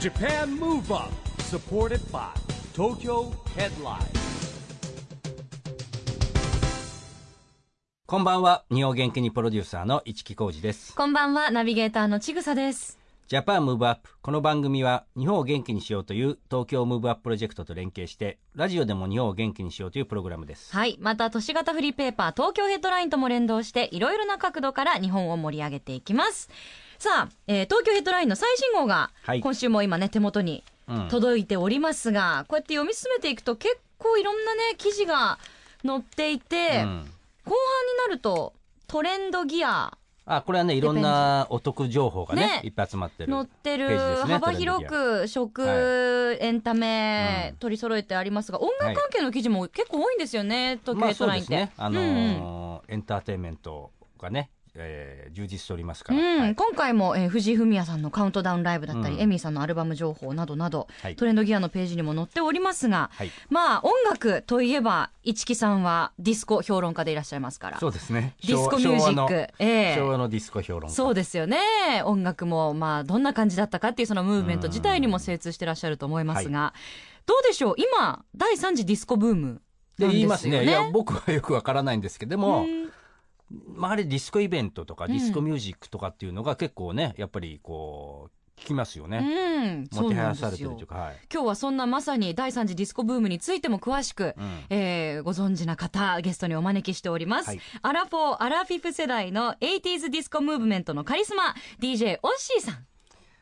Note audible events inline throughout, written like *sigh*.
JAPAN MOVE UP SUPPORTED BY TOKYO HEADLINE こんばんは日本元気にプロデューサーの市木浩司ですこんばんは、ナビゲーターのちぐさです。ジャパンムーブアップこの番組は日本を元気にしようという東京ムーブアッププロジェクトと連携してラジオでも日本を元気にしようというプログラムですはい。また、都市型フリーペーパー、東京ヘッドラインとも連動して、いろいろな角度から日本を盛り上げていきます。さあ、えー東京ヘッドラインの最新号が、はい今週も今ね、手元にうん届いておりますが、こうやって読み進めていくと、結構いろんなね、記事が載っていて、うん後半になると、トレンドギア、あこれはねいろんなお得情報がねねいっぱい集まってる載ってる、ページですね幅広く食、エンタメ、うん取り揃えてありますが音楽関係の記事も結構多いんですよね、東京まあヘッドそうライでンっすて。ねあのうんうんーエンターテインメントがね、えー充実しておりますから、うんはい今回も、えー藤井フミヤさんのカウントダウンライブだったり、うんエミーさんのアルバム情報などなど、はいトレンドギアのページにも載っておりますが、はいまあ音楽といえば市木さんはディスコ評論家でいらっしゃいますからそうですねディスコミュージッ昭和クの、ええ昭和のディスコ評論家そうですよね音楽もまあどんな感じだったかっていうそのムーブメント自体にも精通してらっしゃると思いますが、どうでしょう今第3次ディスコブームでなん言いでますすよねね。いや僕はよくわからないんですけども、うんまあ、あれディスコイベントとかうんディスコミュージックとかっていうのが結構ねやっぱりこう聞きますよね、うん、そもうてはやなんでされすてるよというかはい、今日はそんなまさに第3次ディスコブームについても詳しく、うんえーご存知な方ゲストにお招きしております、はいアラフォーアラフィフ世代の 80s ディスコムーブメントのカリスマ DJ オッシーさん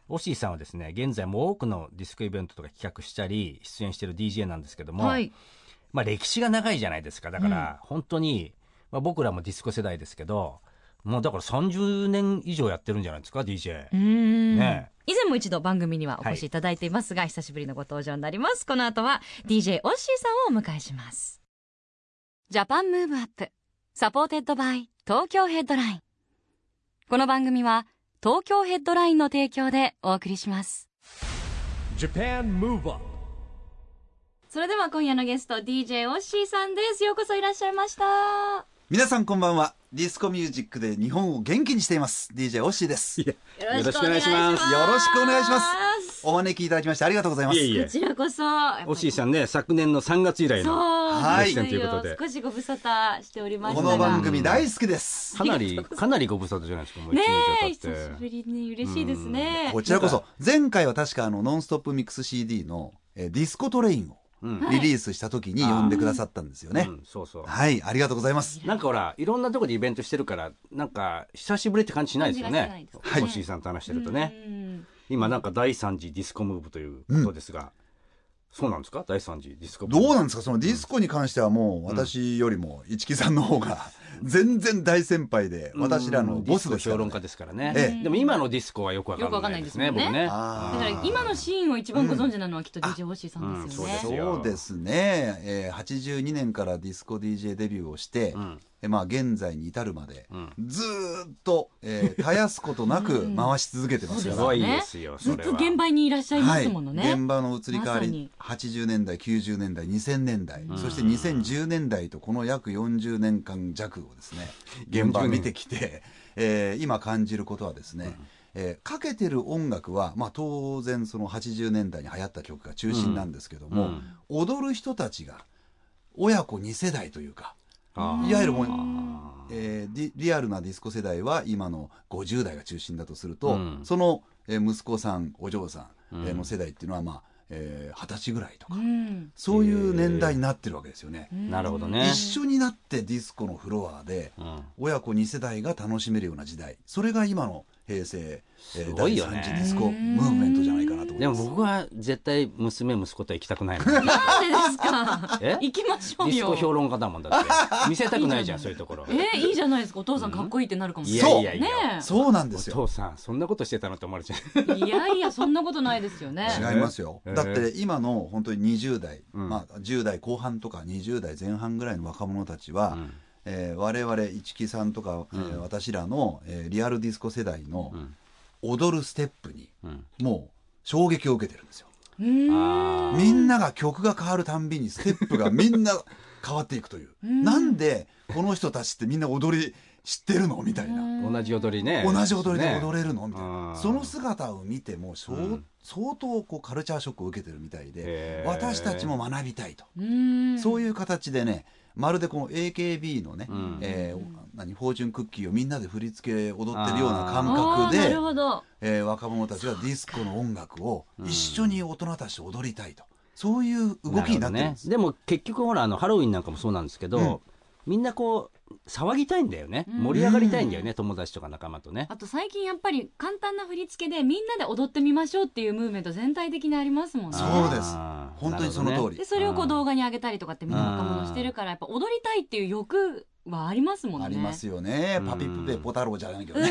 オッシーさんはですね現在も多くのディスコイベントとか企画したり出演してる DJ なんですけども、はいまあ、歴史が長いじゃないですかだから本当に、まあ、僕らもディスコ世代ですけどもうだから30年以上やってるんじゃないですか DJ うーんね以前も一度番組にはお越しいただいていますが、久しぶりのご登場になりますこの後は DJ オッシーさんをお迎えしますジャパンムーブアップサポーテッドバイ東京ヘッドラインこの番組は東京ヘッドラインの提供でお送りします JAPAN MOVE UP それでは今夜のゲスト DJ オッシーさんですようこそいらっしゃいましたよ皆さんこんばんはディスコミュージックで日本を元気にしています DJ オッシーですよろしくお願いしますろしくお願いしますお招きいただきましてありがとうございますこちらこそオッシーんさんね昨年の3月以来そうのはでいすよご出演ということで少しご無沙汰しておりましたこがの番組大好きですかなりかなりご無沙汰じゃないですかもう1ね年以上え久経しっぶてりに嬉しいですねこちらこそ前回は確かあのノンストップミックス CD のえーディスコトレインをうんリリースした時に呼んでくださったんですよねうんそうそうはいありがとうございますなんかほらいろんなとこでイベントしてるからなんか久しぶりって感じしないですよ感じねがしないですはねいオッシーさんと話してるとねうん今なんか第三次ディスコムーブということですがそうなんですか第三次ディスコムーブどうなんですかそのディスコに関してはもう私よりも市木さんの方が全然大先輩で私らのボスのです評か論らね家ですからね、ええでも今のディスコはよくわよくかわかんんなないでいですすねね僕ねだからあー今のシーンを一番ご存知なのはきっと DJ オッシーさんですようんあねうんそうですよそうですね、えー、82年からディスコ DJ デビューをして、んえまあ、現在に至るまで、うんずーっと、 *laughs* えー、絶やすことなくうん回し続けてますすよ、ごいですよずそっれとは現場にいらっしゃいますものね、現場の移り変わまさりに、 80年代90年代2000年代、んそして2010年代とこの約40年間弱をですね40現場を見てきて、えー今感じることはですね、えーかけてる音楽は、まあ、当然その80年代に流行った曲が中心なんですけども、うん踊る人たちが親子2世代というか、あーいわゆるもうえーリリアルなディスコ世代は今の50代が中心だとすると、うんその、えー息子さんお嬢さん、うんえーの世代っていうのは、まあえー、20歳ぐらいとか、うんそういう年代になってるわけですよね。うんなるほどね一緒になってディスコのフロアでうん親子2世代が楽しめるような時代それが今の平成、えすーごい第よね3次ディスコムーブメントじゃないかなと思いでもます。僕は絶対娘息子とは行きたくないも *laughs* んなんでですかえ行きましょデうィスコよ評論家だもんだって見せたくないじゃんそういうところえいいじゃないですかお父さんかっこいいってなるかもしいれやないいやいや、ねそうなんおですよ父さんそんなことしてたのって思われちゃういやいやそんなことないですよねね違いますよ、えーだって今の本当に20代、うんまあ、10代後半とか20代前半ぐらいの若者たちは、んえー我々市木さんとか、えー私らの、えーリアルディスコ世代のん踊るステップにうんもう衝撃を受けてるんですよ、うーんあみんなが曲が変わるたんびにステ *laughs* ップがみんな変わっていくという、なんでこの人たちってみんな踊り知ってるのみたいな、ー同じ踊りね同じ踊りでね踊れるのみたいな、うんその姿を見ても相,、うん相当こうカルチャーショックを受けてるみたいでへー私たちも学びたいと、うんそういう形でねまるでこの AKB のね、うんえー何フォーチュンクッキーをみんなで振り付け踊ってるような感覚あーなでる、ほどえー若者たちがディスコの音楽を一緒に大人たちと踊りたいと、そういう動きになってるんです、るほどね、でも結局ほらあのハロウィンなんかもそうなんですけど、うんみんなこう騒ぎたいんだよね盛り上がりたいんだよね、友達とか仲間とねあと最近やっぱり簡単な振り付けでみんなで踊ってみましょうっていうムーブメント全体的にありますもんねそうですあー本当にその通り、でそれをこう動画に上げたりとかってみんな若う者んしてるからやっぱ踊りたいっていう欲はありますもんねありますよね、うんパピプペポ太郎じゃないけど *laughs* ね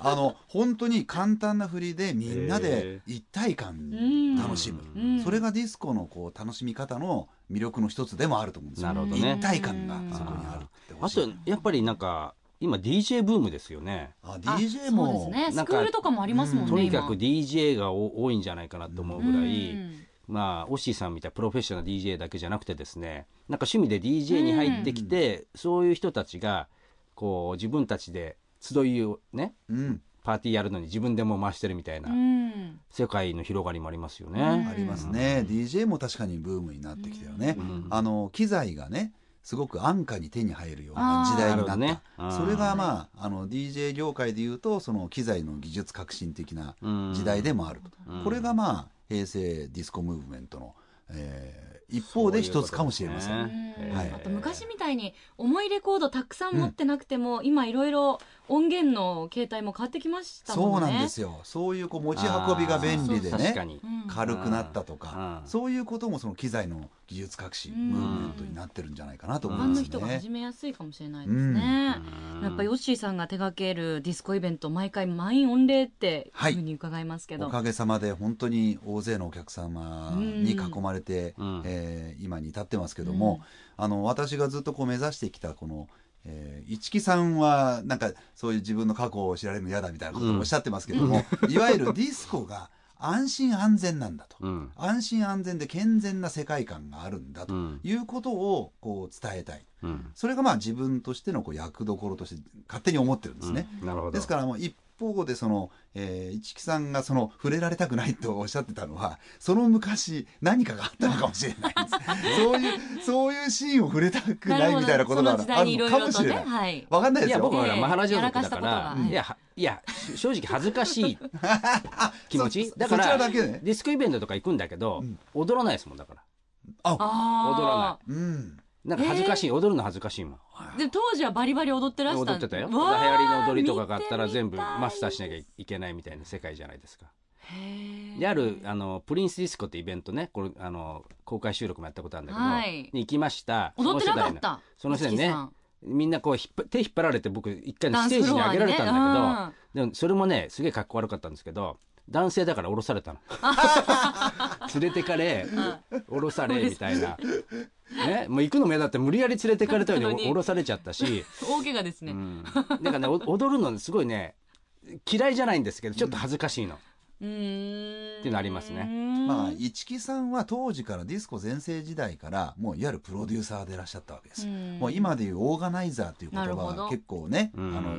あの本当に簡単な振りでみんなで一体感楽しむ、うんそれがディスコのこう楽しみ方の魅力の一つでもあると思うんですよなるほどね一体感がそこにあるってほあしいとやっぱりなんか今 DJ ブームですよねああ DJ そうもですねなスんかクールとかもありますもんねとにか今く DJ がお多いんじゃないかなと思うぐらい、うんまあ、オッシーさんみたいなプロフェッショナル DJ だけじゃなくてですねなんか趣味で DJ に入ってきて、そういう人たちがこう自分たちで集いをねうんパーティーやるのに自分でも回してるみたいなうん世界の広がりもありますようんね。ありますね、DJ も確かにブームになってきたよね、うんあの機材がねすごく安価に手に入るような時代になった、あーなるほどねそれがまああの DJ 業界でいうとその機材の技術革新的なうん時代でもあると、うんこれがまあ平成ディスコムーブメントの、えー一方で一つかもしれまそせんういうことですねうんはいあと昔みたいに重いレコードたくさん持ってなくても、今いろいろ音源の携帯も変わってきましたそもうんねなんですよそういうこう持ち運びが便利であー確かねにうん軽くなったとかうんそういうこともその機材の技術革新うんムーブメントになってるんじゃないかなと一思い般まのす人がね始。めやすいかもしれないですね、やっぱヨッシーさんが手掛けるディスコイベント毎回満員御礼ってはいいうふうに伺いますけど、おかげさまで本当に大勢のお客様に囲まれて、うんえー今に至ってますけども、あの私がずっとこう目指してきたこの、えー一木さんはなんかそういう自分の過去を知られるの嫌だみたいなことをおっしゃってますけども、いわゆるディスコが安心安全なんだと、うん安心安全で健全な世界観があるんだうとんいうことをこう伝えたいうんそれがまあ自分としてのこう役どころとして勝手に思ってるんですね。うんなるほどですからもう一方でその、えー一木さんがその触れられたくないとおっしゃってたのはその昔何かがあったのかもしれないで *laughs* すそういうそういうシーンを触れたくるなほいどみたいなことがあその時代にいるろいろのかもとしれねないはいわかんないいですやよ僕はほらええマハラジャ族だかやらからしたことがいやはいやし正直恥ずかし *laughs* い気持ちそだかそちららだけデねィスクイベントとか行くんだけどうん踊らないですもんだからあー踊らなうんなんか恥ずかしい踊るの恥ずかしいもんで当時はバリバリ踊ってらした踊ってたよ流わー行りの踊りとかがあったら見てみ全た部いマスターしなきゃいけないみたいな世界じゃないですかへーであるあのプリンスディスコってイベントねこれあの公開収録もやったことあるんだけど、はいに行きました踊ってなかったその世代五木ねさんみんなこう引っ張手引っ張られて僕一回ダスンステーフジにロ上アげにらねれたんだけど、でもそれもねすげえ格好悪かったんですけど男性だから降ろされ *laughs* たの連れてかれ降ろされみたいな、ね、もう行くのも嫌だって無理やり連れてかれたよう本当にに降ろされちゃったし大怪我ですね、うん、だからねお踊るのすごいね嫌いじゃないんですけどちょっと恥ずかしいの、うーんっていうのありますねまあ一木さんは当時からディスコ全盛時代からもういわゆるプロデューサーでいらっしゃったわけですよ、うんもう今でいうオーガナイザーという言なる葉ほがど結構ね、うんあの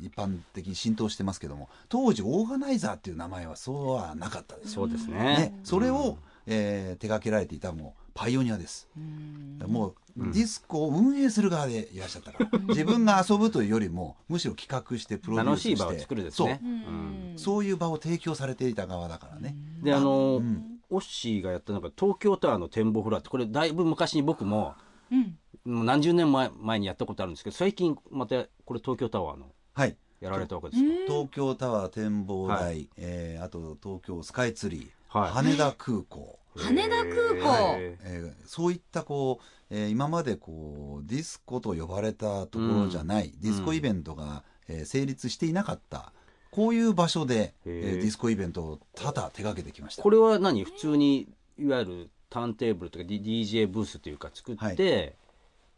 一般的に浸透してますけども当時オーガナイザーっていう名前はそうはなかったですそようですねね、それうんを、えー手掛けられていたもうパイオニアです。うんもう、うんディスコを運営する側でいらっしゃったから自分が遊ぶというよりもむしろ企画してプロデュー楽スしてしい場を作るですねう。んそうそういう場を提供されていた側だからね、うんであの、うんオッシーがやったなんか東京タワーの展望フロアってこれだいぶ昔に僕もうんもう何十年前前にやったことあるんですけど最近またこれ東京タワーのはいやられたわけですか、東京タワー展望台、はえーあと東京スカイツリー、はい羽田空港、羽田空港へえーそういったこう、えー今までこうディスコと呼ばれたところじゃない、ディスコイベントが、えー成立していなかったこういう場所で、えへーーディスコイベントを多々手掛けてきましーたこれは何普通にいわゆるターンテーブルとか D- DJ ブースというか作って、はい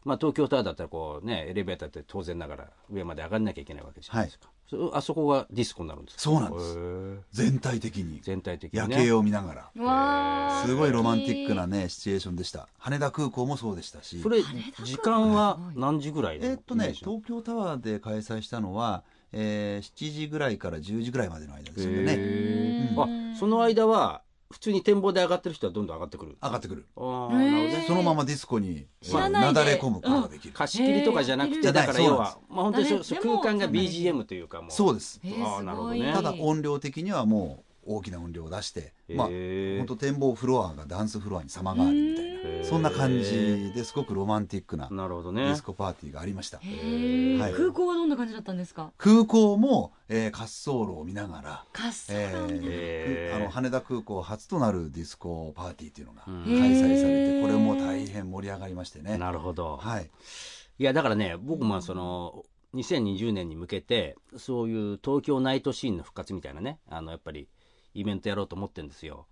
まあ、東京タワーだったらこう、ね、エレベーターって当然ながら上まで上がんなきゃいけないわけじゃないですか、そあそこがディスコになるんですかそうなんですへー全体的に全体的夜に、ね、景を見ながら、わーすごいロマンティックなねシチュエーションでした羽田空港もそうでしたしそれ時間は何時ぐらいのえーっとねイメージ東京タワーで開催したのは、ええー7時ぐらいから10時ぐらいまでの間ですよねへうーあその間は普通に展望台上がってる人はどんどん上がってくる上がってくるあーなるほどねそのままディスコにえー知らないでなだれ込むことができる、貸し切りとかじゃなくへーてだから要はじまあ本当にそうそう誰でも空間がそうなんです BGM というかもうそうですえあーなるほどねすごいただ音量的にはもう大きな音量を出して、まあへー本当展望フロアがダンスフロアに様変わりみたいへーなそんな感じですごくロマンティックなデなるほどねィスコパーティーがありました、へーはい空港はどんな感じだったんですか空港も、えー滑走路を見ながら、滑走路えなんだ、へーーあの羽田空港初となるディスコパーティーっていうのがう開ん催されへーてこれも大変盛り上がりましてねなるほどはいいやだからね僕もその2020年に向けてそういう東京ナイトシーンの復活みたいなねあのやっぱりイベントやろうと思ってるんですよ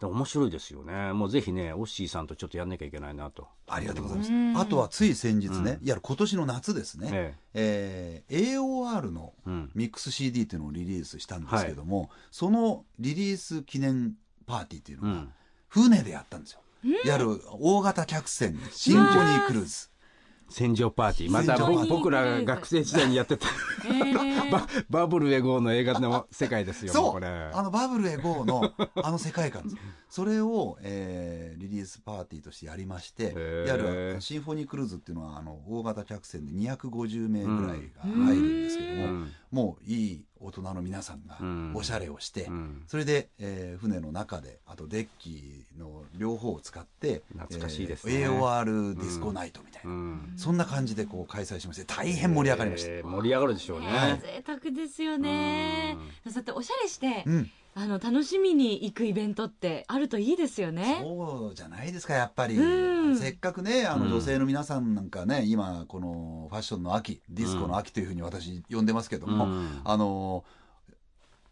で面白いですよねもうぜひねオッシーさんとちょっとやんなきゃいけないなとありがとうございますうんあとはつい先日ねういや今年の夏ですね、ええー AOR のえうんミックス CD っていうのをリリースしたんですけども、そのリリース記念パーティーっていううのがん船でやったんですよ、やる大型客船シンフォニークルーズ戦場パーティーま戦た場パーティ僕ー僕らが学生時代にやってたババブルエゴーの映画の世界ですよもうそこうれあのバブルエゴーのあの世界観ですそれを、えーリリースパーティーとしてやりましてへーやるシンフォニークルーズっていうのはあの大型客船で250名ぐらいが入るんですけどうも、んもういい大人の皆さんがうんおしゃれをして、うんそれで、えー船の中であとデッキの両方を使って懐かしいですねえー AOR ディスコナイトみたいな、うんそんな感じでこう開催しまして大変盛り上がりました、ええ盛り上がるでしょうね、ね贅沢ですよねそうやっておしゃれして、うん、あの楽しみに行くイベントってあるといいですよねそうじゃないですかやっぱり、うんせっかくねあうのん女性の皆さんなんかね今このファッションの秋ディスコの秋というふうに私呼んでますけども、うんあの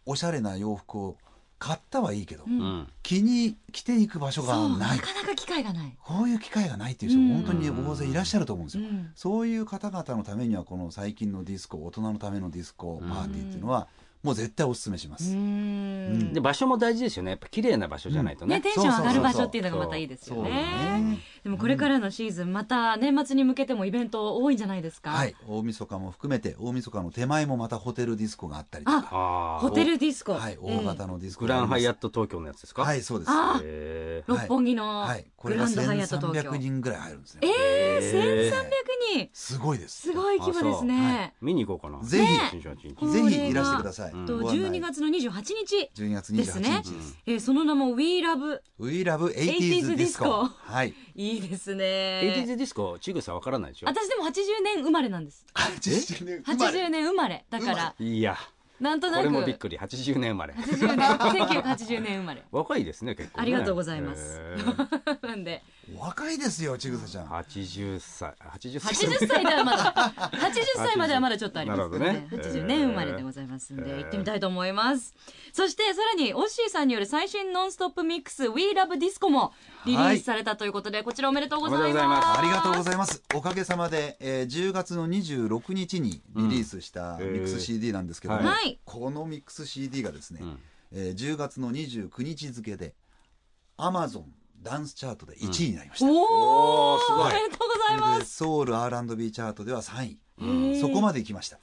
おしゃれな洋服を買ったはいいけど、うんうん気に着ていく場所そうがなないかなか機会がない、こういう機会がないっていう人うん本当に大勢いらっしゃると思うんですうよ、ん、そういう方々のためにはこの最近のディスコ大人のためのディスコパーティーっていうのはもう絶対お勧めしまうす、ーんで場所も大事ですよねやっぱ綺麗な場所じゃないとね,、ね、テンション上がる場所っていうのがまたいいですよそうだね。ねでもこれからのシーズン、また年末に向けてもイベント多いんじゃないですか。はい大晦日も含めて大晦日の手前もまたホテルディスコがあったりとかあ、ああホテルディスコ。はいうん大型のディスコグランハイアットト東京のやつですかはいそうですあへーはい六本木のはいこグれがランドハイアット東1300京。人ぐらい入るんですねえー、へー1300人。すごいですすごい規模ですね。見に行こうかなぜひね28日いぜひいらしてください、これとご案内12月の28日、 12月28日ですねですえーその名も We Love。 We Love 80s ディスコはいいいですエイティーね。ズディスコちぐさわからないでしょ私でも80年生まれなんです。 80年生まれ80年生まれ。だから、いやなんとこなく、れもびっ80くり80年生まれ *laughs* 年、1980年生まれ。 *laughs* 若いですね結構ねありがとうございますへーなんで。お若いですよちぐさちゃん80歳80歳80歳では *laughs* まだ80歳まではまだちょっとありますなるほどね80年生まれでございますんで、行ってみたいと思いますそしてさらにオッシーさんによる最新ノンストップミックス WeLoveDisco もリリースされたということで、こちらおめでとうございおめでとうござまいすますありがとうございます。おかげさまで、えー10月の26日にリリースしうたミんックへース CD なんですけども、はいこのミックス CD がですね、うんえー10月の29日付で Amazon ダンスチャートで1位になりました。おおーーすごいおめでとうございまそれでソウル R&B チャートでは3位、ーそこまで行きました。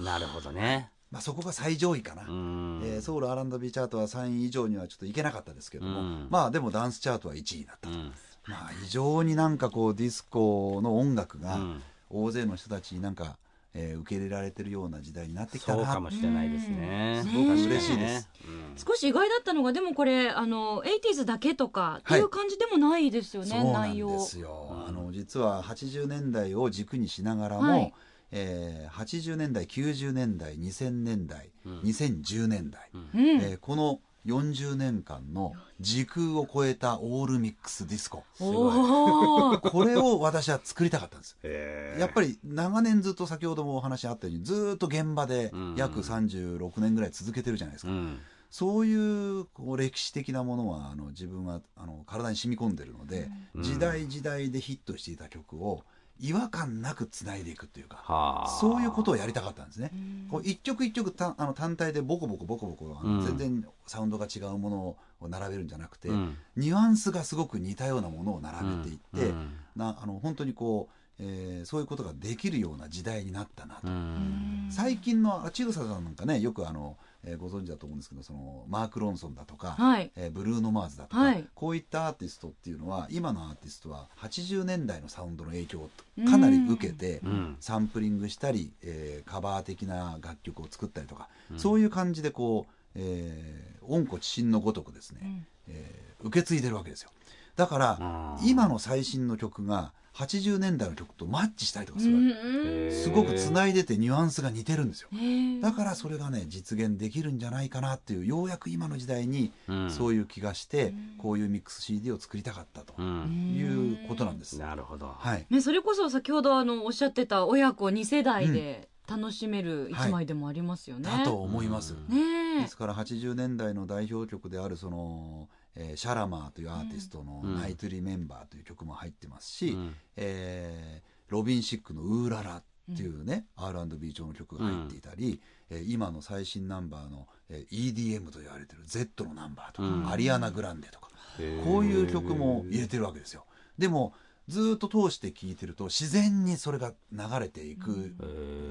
なるほどねまあ、そこが最上位かな。うんえーソウル R&B チャートは3位以上にはちょっといけなかったですけども、うんまあでもダンスチャートは1位だったうと、んまあ非常になんかこうディスコの音楽が、うん大勢の人たちになんか、えー受け入れられてるような時代になってきたそうなかもしれないですねうんそうかもしれないね嬉しいですうんす少し意外だったのがでもこれあの 80s だけとかってはいいう感じでもないですよね、そうなん内容ですよ、うんあの実は80年代を軸にしながらも、はいえー80年代90年代2000年代、うん2010年代、んうん、えーこの40年間の時空を超えたオールミックスディスコすごいおーこれを私は作りたかったんですへーやっぱり長年ずっと先ほどもお話あったようにずーっと現場で約36年ぐらい続けてるじゃないですか、うんそういうこう歴史的なものはあの自分はあの体に染み込んでるので、うん時代時代でヒットしていた曲を違和感なくつないでいくっていうか、はあそういうことをやりたかったんですね。んこう一曲一曲たあの単体でボコボコボコボコあのうん全然サウンドが違うものを並べるんじゃなくて、うんニュアンスがすごく似たようなものを並べていって、うんなあの本当にこう、えーそういうことができるような時代になったなと。うん最近のあ千草さんなんかねよくあの、えーご存知だと思うんですけどそのマーク・ロンソンだとか、はいえーブルーノ・マーズだとか、はいこういったアーティストっていうのは今のアーティストは80年代のサウンドの影響をかなり受けて、うんサンプリングしたり、えーカバー的な楽曲を作ったりとか、そういう感じでこう、えー、恩子知心のごとくですね、えー受け継いでるわけですよだからあー今の最新の曲が80年代の曲とマッチしたりとかうするわけ、んすごく繋いでてニュアンスが似てるんですよへーだからそれがね実現できるんじゃないかなっていうようやく今の時代にうんそういう気がして、こういうミックス CD を作りたかったとうんいうことなんです。なるほど、はい、ね、それこそ先ほどあのおっしゃってた親子2世代で楽しめる一枚でもありますよね。だと思います。ねえですから80年代の代表曲であるその、えーシャラマーというアーティストのう「んナイト・リメンバー」という曲も入ってますし、うんえーロビン・シックの「ウーララ」っていうね、R&B 調の曲が入っていたり、えー今の最新ナンバーの、えー EDM と言われてる Z のナンバーとか、うんアリアナ・グランデとか、へーこういう曲も入れてるわけですよ。でもずーっと通して聴いてると自然にそれが流れていく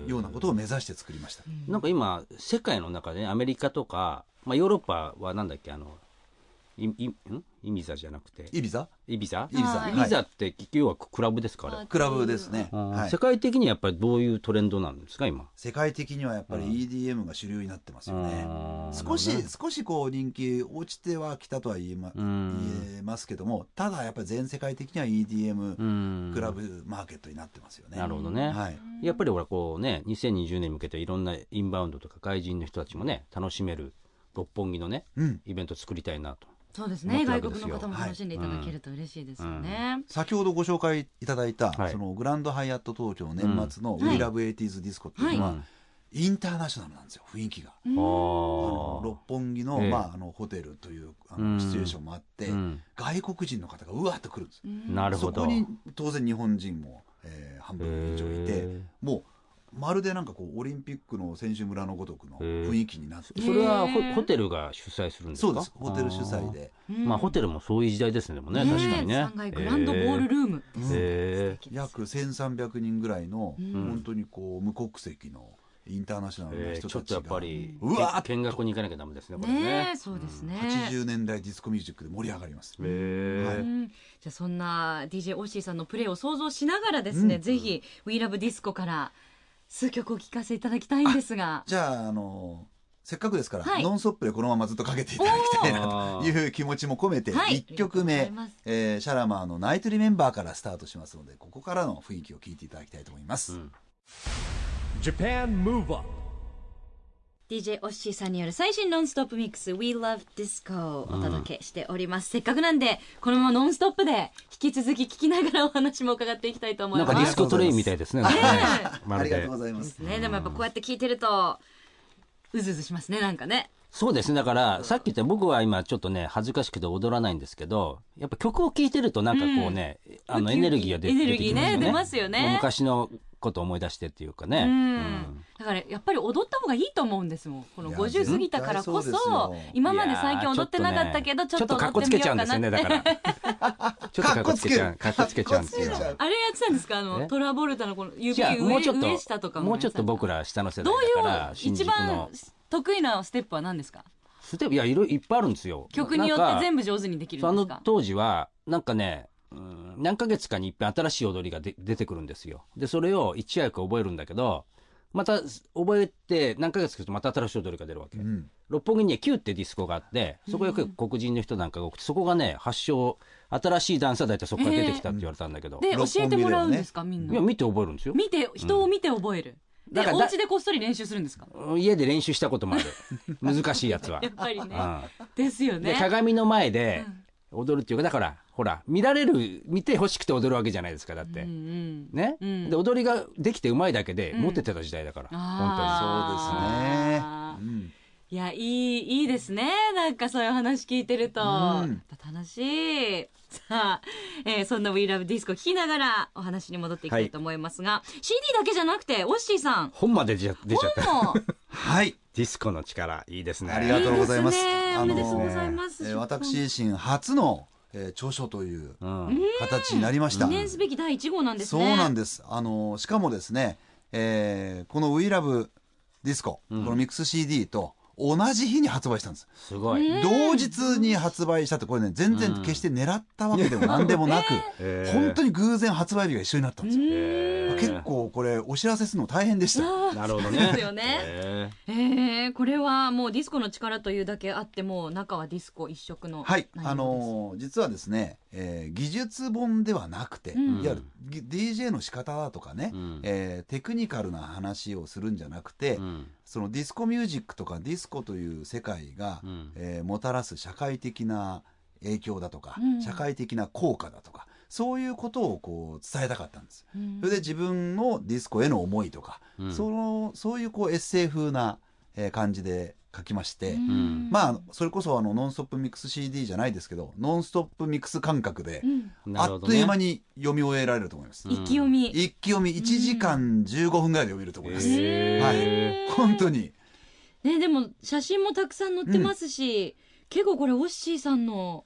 ようなことを目指して作りました。なんか今世界の中でねアメリカとか、まあ、ヨーロッパはなんだっけあのいいんイミザじゃなくてイビザイビザイビザ、ははいい、イビザって要はクラブですかあれクラブですね、うんはい世、界的にやっぱりどういうトレンドなんですか今世界的にはやっぱり EDM が主流になってますよね、あー少し少しこう人気落ちてはきたとは言え,、まうん言えますけどもただやっぱり全世界的には EDM、うんクラブマーケットになってますよねなるほどね、はい、やっぱりほらこうね2020年に向けていろんなインバウンドとか外人の人たちもね楽しめる六本木のね、うんイベント作りたいなとそうです思ねったわ外けです国よの方も楽しんでいただけると嬉しいですよね。先ほどご紹介いただいた、はいそのグランドハイアット東京年末の「はい WeLoveATs ディスコ」っていうのは、はいインターナショナルなんですよ雰囲気が。ああの六本木の,、ええまあ、あのホテルというあうのんシチュエーションもあって、うん外国人の方がうわーっと来るんですよーなるほどそこに当然日本人も、えー半分以上いへてーもうまるでなんかこうオリンピックの選手村のごとくのへー雰囲気になってそれはホホテルが主催するんですかそうですホテル主催でまあホテルもそういう時代ですねでもねね確かにね3階グランドボールルームです。へー約1300人ぐらいの本当にこう無国籍のインターナショナルなえー人ちょたっちとやがっぱりうわーっとけ見学に行かなきゃダメですねこれねねえそうですね。 80年代ディスコミュージックで盛り上がります。はいうんじゃあそんな DJ オッシーさんのプレーを想像しながらですね、ぜひ「WeLoveDisco」から数曲お聴かせいただきたいんですがじゃあ、あのせっかくですから、はいノンストップでこのままずっとかけていただきたいなという気持ちも込めて、はい1曲ありが目とうございます、えーシャラマーのナイトリメンバーからスタートしますので、ここからの雰囲気を聞いていただきたいと思います。 Japan Move Up DJ オッシーさんによる最新ノンストップミックス We Love Disco をお届けしております、せっかくなんでこのままノンストップで引き続き聞きながらお話も伺っていきたいと思いなんますかディスコトレインみたいですねなんかねま *laughs* あるりがとでうございます。ね、でもやっぱこうやって聞いてるとうずうずしますねなんかねそうですねだからさっき言った僕は今ちょっとね恥ずかしくて踊らないんですけどやっぱ曲を聴いてるとなんかこうねあのエネルギーが出エネル出てギーきねますよね出ますよね昔のことを思い出してっていうかねうん、だからやっぱり踊った方がいいと思うんですもんこのいや50過ぎたからこそ絶対そうですよ今まで最近踊ってなかったけどちょっとかっ踊こっつてけみちゃよううんでかすよねだなっかてらちょっとかっこつけちゃうかっこつけちゃうんですよかっこつけちゃう *laughs* あれやってたんですかあえのトラボルタのこの指じゃあ上もうちょっ上下とかともうちょっと僕ら下の世ど代だうかいうら新一宿番の得意なステップは何ですかステップいやいろいろいっぱいあるんですよ曲によっなんてか全部上手にできるあんでのすか当時はなんかねうん何ヶ月かに一遍新しい踊りがで出てくるんですよでそれを一役覚えるんだけどまた覚えて何ヶ月かするとまた新しい踊りが出るわけ、ん六本木には Q ってディスコがあってそこよく黒人の人なんかが多くてそこがね発祥新しいダンサーだいたいそこから出てきたって言われたんだけど、で六本木教えてもらうんですかみビんいやな見て覚えるんですよ見て人を見て覚えるでだからおだ家でこっそり練習するんですか家で練習したこともあ *laughs* る難しいやつはやっぱりねうですよん、でね鏡の前で踊るっていうかだからほら見られる見てほしくて踊るわけじゃないですかだって、うんうんね、うんで踊りができてうまいだけでモテてた時代だから、本あーそうですねうんいやいいいいですねなんかそういう話聞いてると、やっぱ楽しいさあ、えーそんな「WeLoveDisco」聴きながらお話に戻っていきたいと思いますが、CD だけじゃなくてオッシーさん当に本まで出ちゃ出ちゃった *laughs* 本もはい。ディスコの力いいですねありがとうございますいいですねあのおめでとうございますえー私自身初の、えー長所といううん形になりました。記念すべき第1号なんですそうね。なんです。あのしかもですね、えーこの We Love Disco、このミックス CD と同じ日に発売したんです。すごい。同日に発売したってこれね全然決して狙ったわけでも何でもなく、えー本当に偶然発売日が一緒になったんですよ。えー結構これお知らせするの大変でした。なるほどね。ですよねええーこれはもうディスコの力というだけあってもう中はディスコ一色のはい、内容ですあのー実はですね、えー技術本ではなくて、うんいわゆるぎ DJ の仕方だとかね、うんえーテクニカルな話をするんじゃなくて、ーうんそのディスコミュージックとかディスコという世界が、うんえーもたらす社会的な影響だとか、うん社会的な効果だとかそういうことをこう伝えたかったんです。うんそれで自分のディスコへの思いとか、うんそのそういうこうエッセイ風な、えー感じで書きまして、んまあそれこそあのノンストップミックス CD じゃないですけどノンストップミックス感覚で、うんなるあほっどとねいう間に読み終えられると思います。うん意気読み、一気読み1時間15分ぐらいで読めると思います。えーはい、本当にね、でも写真もたくさん載ってますし、結構これオッシーさんのは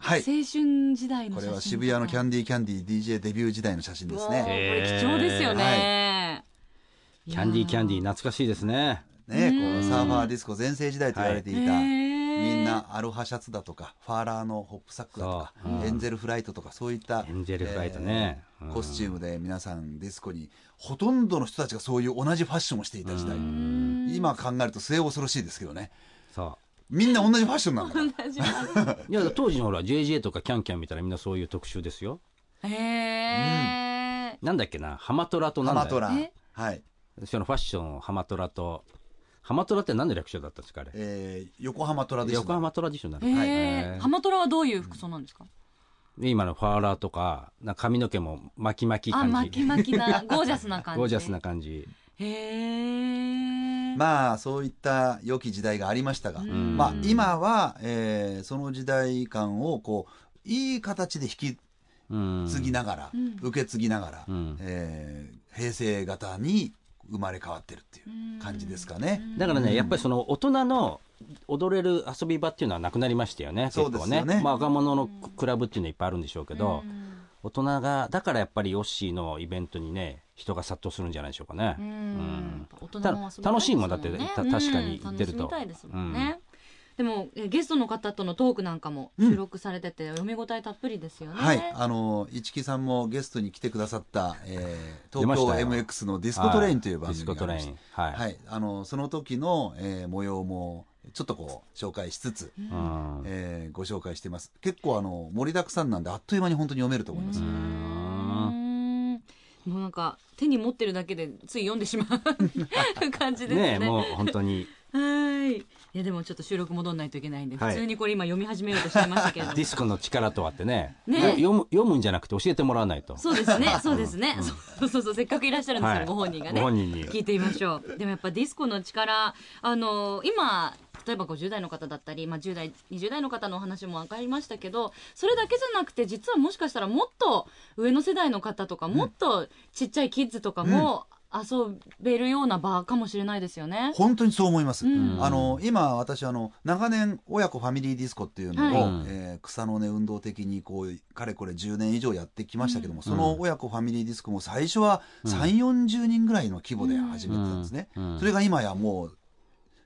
青い春時代の写真とか、これは渋谷のキャンディーキャンディー DJ デビュー時代の写真ですわあこね。れ貴重ですよね、キャンディーキャンディー懐かしいですね。ね、こううんサーファーディスコ全盛時代と言われていた、はいみんなアロハシャツだとかファーラーのホップサックだとか、そううんエンゼルフライトとかそういったエンゼルフライトねえーうんコスチュームで皆さんディスコにほとんどの人たちがそういう同じファッションをしていた時代、今考えると末恐ろしいですけどねそみんな同じファッションなんだか *laughs* ら同じなんですう。いや、当時のほら、JJ とかキャンキャンみたいなみんなそういう特集ですよ。へえ、なんだっけな、ハマトラとなハんだマっけトラえはい、そのファッション、ハマトラと、ハマトラって何の略称だったんですか、あれ。えー横浜トラディショ横ナル浜トラディショナルへか。えハマトラはどういう服装なんですか、で今のファーラーとか、なんか髪の毛も巻き巻きあ感じ。巻き巻き *laughs* なゴージャスな感じゴージャスな感じ。へえまあそういった良き時代がありましたが、んまあ今は、えーその時代感をこういい形で引きうん。継ぎながら、ん受け継ぎながら、うんえー平成型に生まれ変わってるっていう感じですかね。だからね、やっぱりその大人の踊れる遊び場っていうのはなくなりましたよね、結構そうですよねまあ若者のククラブっていうのはいっぱいあるんでしょうけど、大人が、だからやっぱりヨッシーのイベントにね、人が殺到するんじゃないでしょうかね。うんうん大人も遊びたいですたもんね楽しいもんだってた確かに言ってるとうん楽しみたいですもんね、でもえゲストの方とのトークなんかも収録されてて、読み応えたっぷりですよね、はい、あの一木さんもゲストに来てくださった、えー出ま東し京たよ MX のディスコトレインというは番ディス組コがトありレイましたン。はい。はい、あのその時の、えー模様もちょっとこう紹介しつつ、うんえーご紹介してます。結構あの盛りだくさんなんであっという間に本当に読めると思います。うーんもうなんか手に持ってるだけでつい読んでしまう *laughs* 感じですねねえ、もう本当に。はいいやでもちょっと収録戻んないといけないんで、はい普通にこれ今読み始めようとしてましたけれどディスコの力とはってねねえ読む読むんじゃなくて教えてもらわないとそうですね、そうですね。そうそうそう、せっかくいらっしゃるんですから、はいご本人がね。ご本人に聞いてみましょう。でもやっぱディスコの力、あの、今、例えば50代の方だったり、まあ、10代、20代の方のお話も分かりましたけど、それだけじゃなくて、実はもしかしたらもっと上の世代の方とか、もっとちっちゃいキッズとかも遊べるような場かもしれないですよね。本当にそう思います、うんあの今私あの長年親子ファミリーディスコっていうのを、はいえー草の根運動的にこうかれこれ10年以上やってきましたけども、その親子ファミリーディスコも最初は3 4 0人ぐらいの規模で始めてたんですね、うんうんそれが今やもう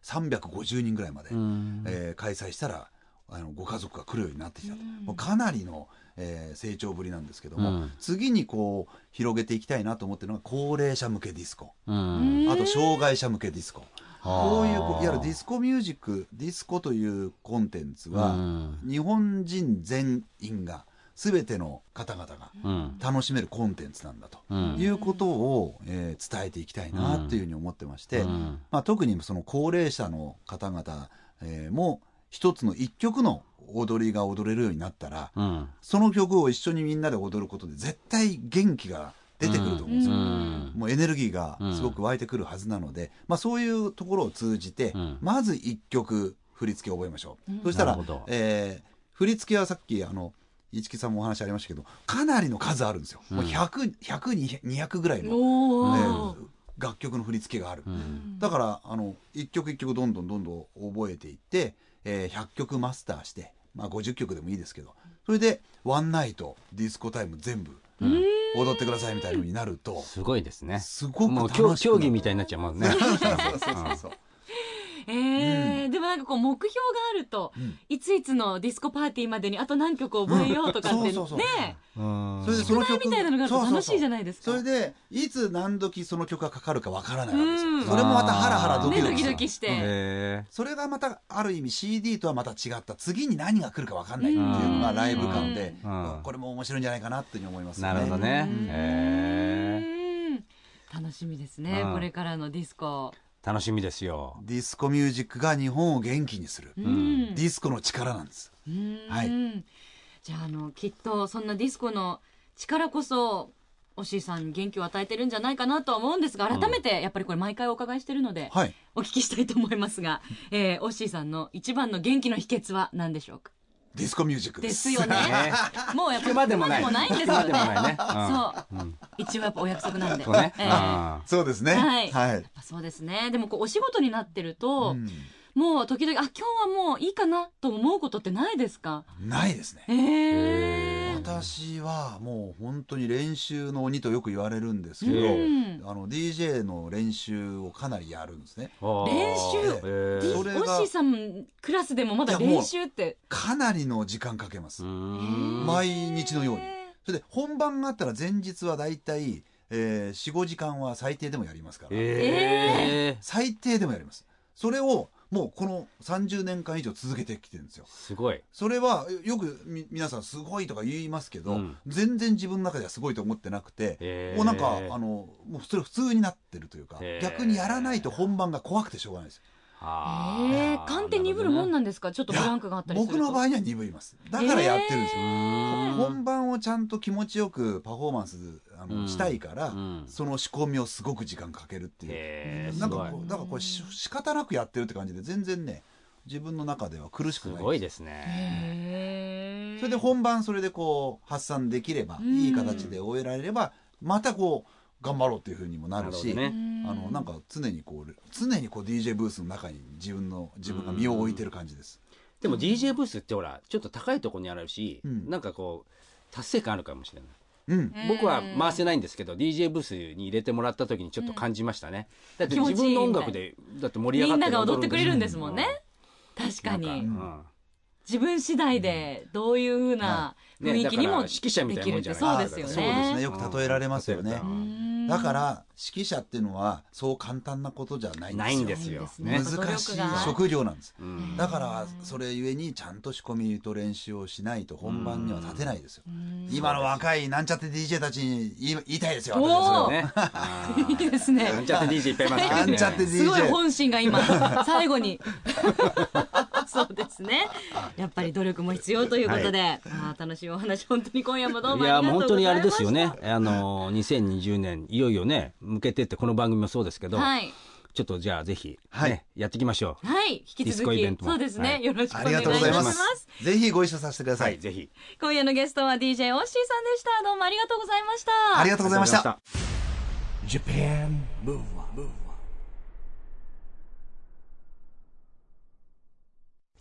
350人ぐらいまで、んえー開催したらあのご家族が来るようになってきたと、もうかなりの、えー成長ぶりなんですけども、うん次にこう広げていきたいなと思ってるのが高齢者向けディスコ。うんあと障害者向けディスコ。あーこういうこういわゆるディスコミュージックディスコというコンテンツうは、ん日本人全員が全ての方々がうん楽しめるコンテンツなんだと、うんいうことを、えー伝えていきたいなというふうに思ってまして、うんまあ、特にその高齢者の方々、えーも一つの一曲の踊りが踊れるようになったら、うんその曲を一緒にみんなで踊ることで絶対元気が出てくると思うんですよ。うんもうエネルギーがすごく湧いてくるはずなので、まあ、そういうところを通じて、うんまず1曲振り付けを覚えましょう、そしたならるほど、えー振り付けはさっきあの市木さんもお話ありましたけどかなりの数あるんですよ、もう100200ぐらいの、おえーー楽曲の振り付けがある、うんだからあの1曲1曲どんどんどんどん覚えていって、えー100曲マスターしてまあ、50曲でもいいですけどそれでワンナイトディスコタイム全部踊ってくださいみたいのになるとすごいですね。すごくもう楽しく競競技みたたいになっちゃうもんね。そうそうそう *laughs* そうえーでもなんかこう目標があると、いついつのディスコパーティーまでにあと何曲覚えようとかって、うんねそうそうそううんそれでその宿題曲みたいなのがあるとそうそうそう楽しいじゃないですかそれでいつ何時その曲がかかるかわからないわけですうんよそれもまたハラハラドキねドドキキするドキして、へそれがまたある意味 CD とはまた違った次に何が来るかわかんないっていうのがライブ感でうんこれも面白いんじゃないかなっていうふうに思いまーすねなるほどね。へーうん楽しみですね、うんこれからのディスコ、楽しみですよ。ディスコミュージックが日本を元気にする、うんディスコの力なんですうんはいじゃああのきっとそんなディスコの力こそおしいさんに元気を与えてるんじゃないかなとは思うんですが改めてやっぱりこれ毎回お伺いしてるので、はいお聞きしたいと思いますが、えー、おしいさんの一番の元気の秘訣は何でしょうかディスコミュージックでですすよねねもうやっぱ聞くまでもない。聞くまでもないんです聞くまでよねもないね。そう、一応やっぱお約束なんでうん。そうね。ええあ *laughs* そうですねはいはいまあそうですねでもこうお仕事になってると、うもう時々あ今日はもういいかなと思うことってないですかんないですねええ私はもう本当に練習の鬼とよく言われるんですけど、うんあの DJ の練習をかなりやるんですねー練習へディーそれがオッシーさんクラスでもまだいやもう練習ってかなりの時間かけます、うーん毎日のようにへそれで本番があったら前日はだいたい45時間は最低でもやりますから、えー最低でもやりますそれをもうこの30年間以上続けてきてるんですよすごい。それはよくみ皆さんすごいとか言いますけど、うん全然自分の中ではすごいと思ってなくて、へーもうなんかあのもうそれ普通になってるというか、へー逆にやらないと本番が怖くてしょうがないですあえー勘って鈍るもんなんですかちょっとブランクがあったりする僕との場合には鈍りますだからやってるんですよ、なるほどね本番をちゃんと気持ちよくパフォーマンスあの、うんしたいから、うんその仕込みをすごく時間かけるっていう、へーなすんかごいこうだからこれし仕方なくやってるって感じで全然ね自分の中では苦しくすないごいですね。へえそれで本番それでこう発散できれば、いい形で終えられればまたこう頑張ろうっていうふうにもなるしなるほどあのなんか常にこう常にこう DJ ブースの中に自分の自分が身を置いてる感じです。でも DJ ブースってほらちょっと高いところにあるし、うんなんかこう達成感あるかもしれない。うん、僕は回せないんですけど DJ ブースに入れてもらった時にちょっと感じましたね、だって自分の音楽でだって盛りみ上がんってなが踊ってくれるんですもんねう確かなんにうん自分次第でどういうふうなね雰囲気にもだから指揮者みたいなもんじゃできるってないそうですよそねうですねよく例えられますよね。うんだから指揮者っていうのはそう簡単なことじゃないんですよ。ないんですよないんですね難しいやっぱ努力が職業なんです。うんだからそれゆえにちゃんと仕込みと練習をしないと本番には立てないですよ。今の若いなんちゃって DJ たちに言い言いたいですよ。私はそれおをーねあーいいですねなんちゃって DJ いっぱいいますからなねんちゃってすごい DJ。本心が今 *laughs* 最後にそうですねやっぱり努力も必要ということで、まあ楽しいお話本当に今夜もどうもいあやりがとうもうございま本した当にあれですよねあの2020年いよいよね向けてってこの番組もそうですけど、はいちょっとじゃあぜひ、ねはいやっていきましょうはい引きディスコ続イベンきトもそうですね、はいよろしくおあ願りがいいとうたごしざいまますす。ぜひご一緒させてくだはさいい。ぜひ今夜のゲストは DJ オッシーさんでしたどうもありがとうございましたありがとうございました。 Japan Move Up, Move Up.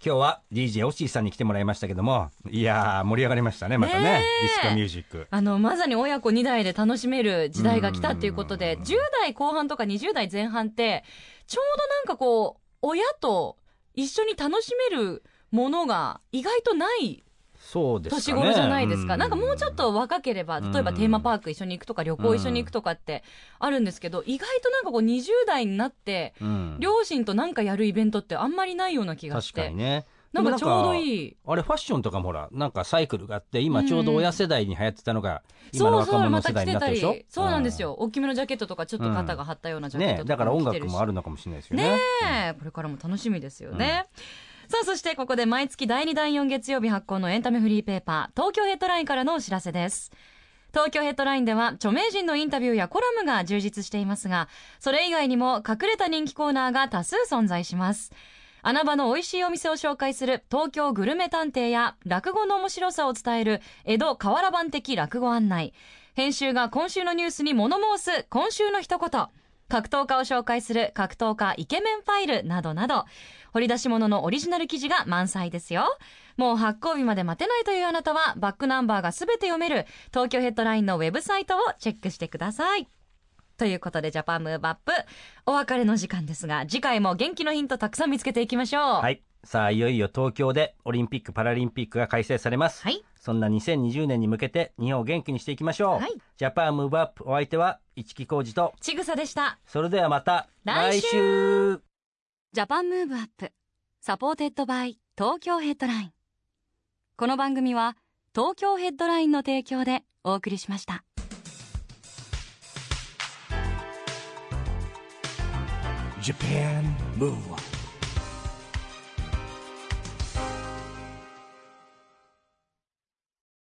今日は DJ オッシーさんに来てもらいましたけどもいやー盛り上がりましたねまたねねえディスコミュージックあの、まさに親子2代で楽しめる時代が来たっていうことで、10代後半とか20代前半って、ちょうどなんかこう、親と一緒に楽しめるものが意外とないそうです年かね頃じゃないですか。うなんかもうちょっと若ければ、例えばテーマパーク一緒に行くとか旅行一緒に行くとかってあるんですけど、意外となんかこう20代になって、うん両親となんかやるイベントってあんまりないような気がし確かてに。ねなんかちょうどいいい。あれファッションとかもほらなんかサイクルがあって今ちょうど親世代に流行ってたのが今の若そうそう、者まのた世着代にてなったたでしょり。そうなんですよ。大きめのジャケットとか、ちょっと肩が張ったようなジャケッねトとだかからも音着てる楽し。もあるのかもしれないですよねねえ、これからも楽しみですよね。さあ、そしてここで毎月第2第4月曜日発行のエンタメフリーペーパー、東京ヘッドラインからのお知らせです。東京ヘッドラインでは著名人のインタビューやコラムが充実していますが、それ以外にも隠れた人気コーナーが多数存在します。穴場の美味しいお店を紹介する東京グルメ探偵や落語の面白さを伝える江戸河原版的落語案内。編集が今週のニュースに物申す今週の一言。格闘家を紹介する格闘家イケメンファイルなどなど、掘り出し物のオリジナル記事が満載ですよ。もう発行日まで待てないというあなたは、バックナンバーがすべて読める、東京ヘッドラインのウェブサイトをチェックしてください。ということで、ジャパンムーブアップ、お別れの時間ですが、次回も元気のヒントたくさん見つけていきましょう。。はいい。さあ、いよいよ東京でオリンピック・パラリンピックが開催されます。はい。そんな2020年に向けて日本を元気にしていきましょう。はいジャパンムーブアップお相手は市木浩二と、ちぐさでした。それではまた来週週ジャパンムーブアップサポーテッドバイ東京ヘッドラインこの番組は東京ヘッドラインの提供でお送りしました Japan Move Up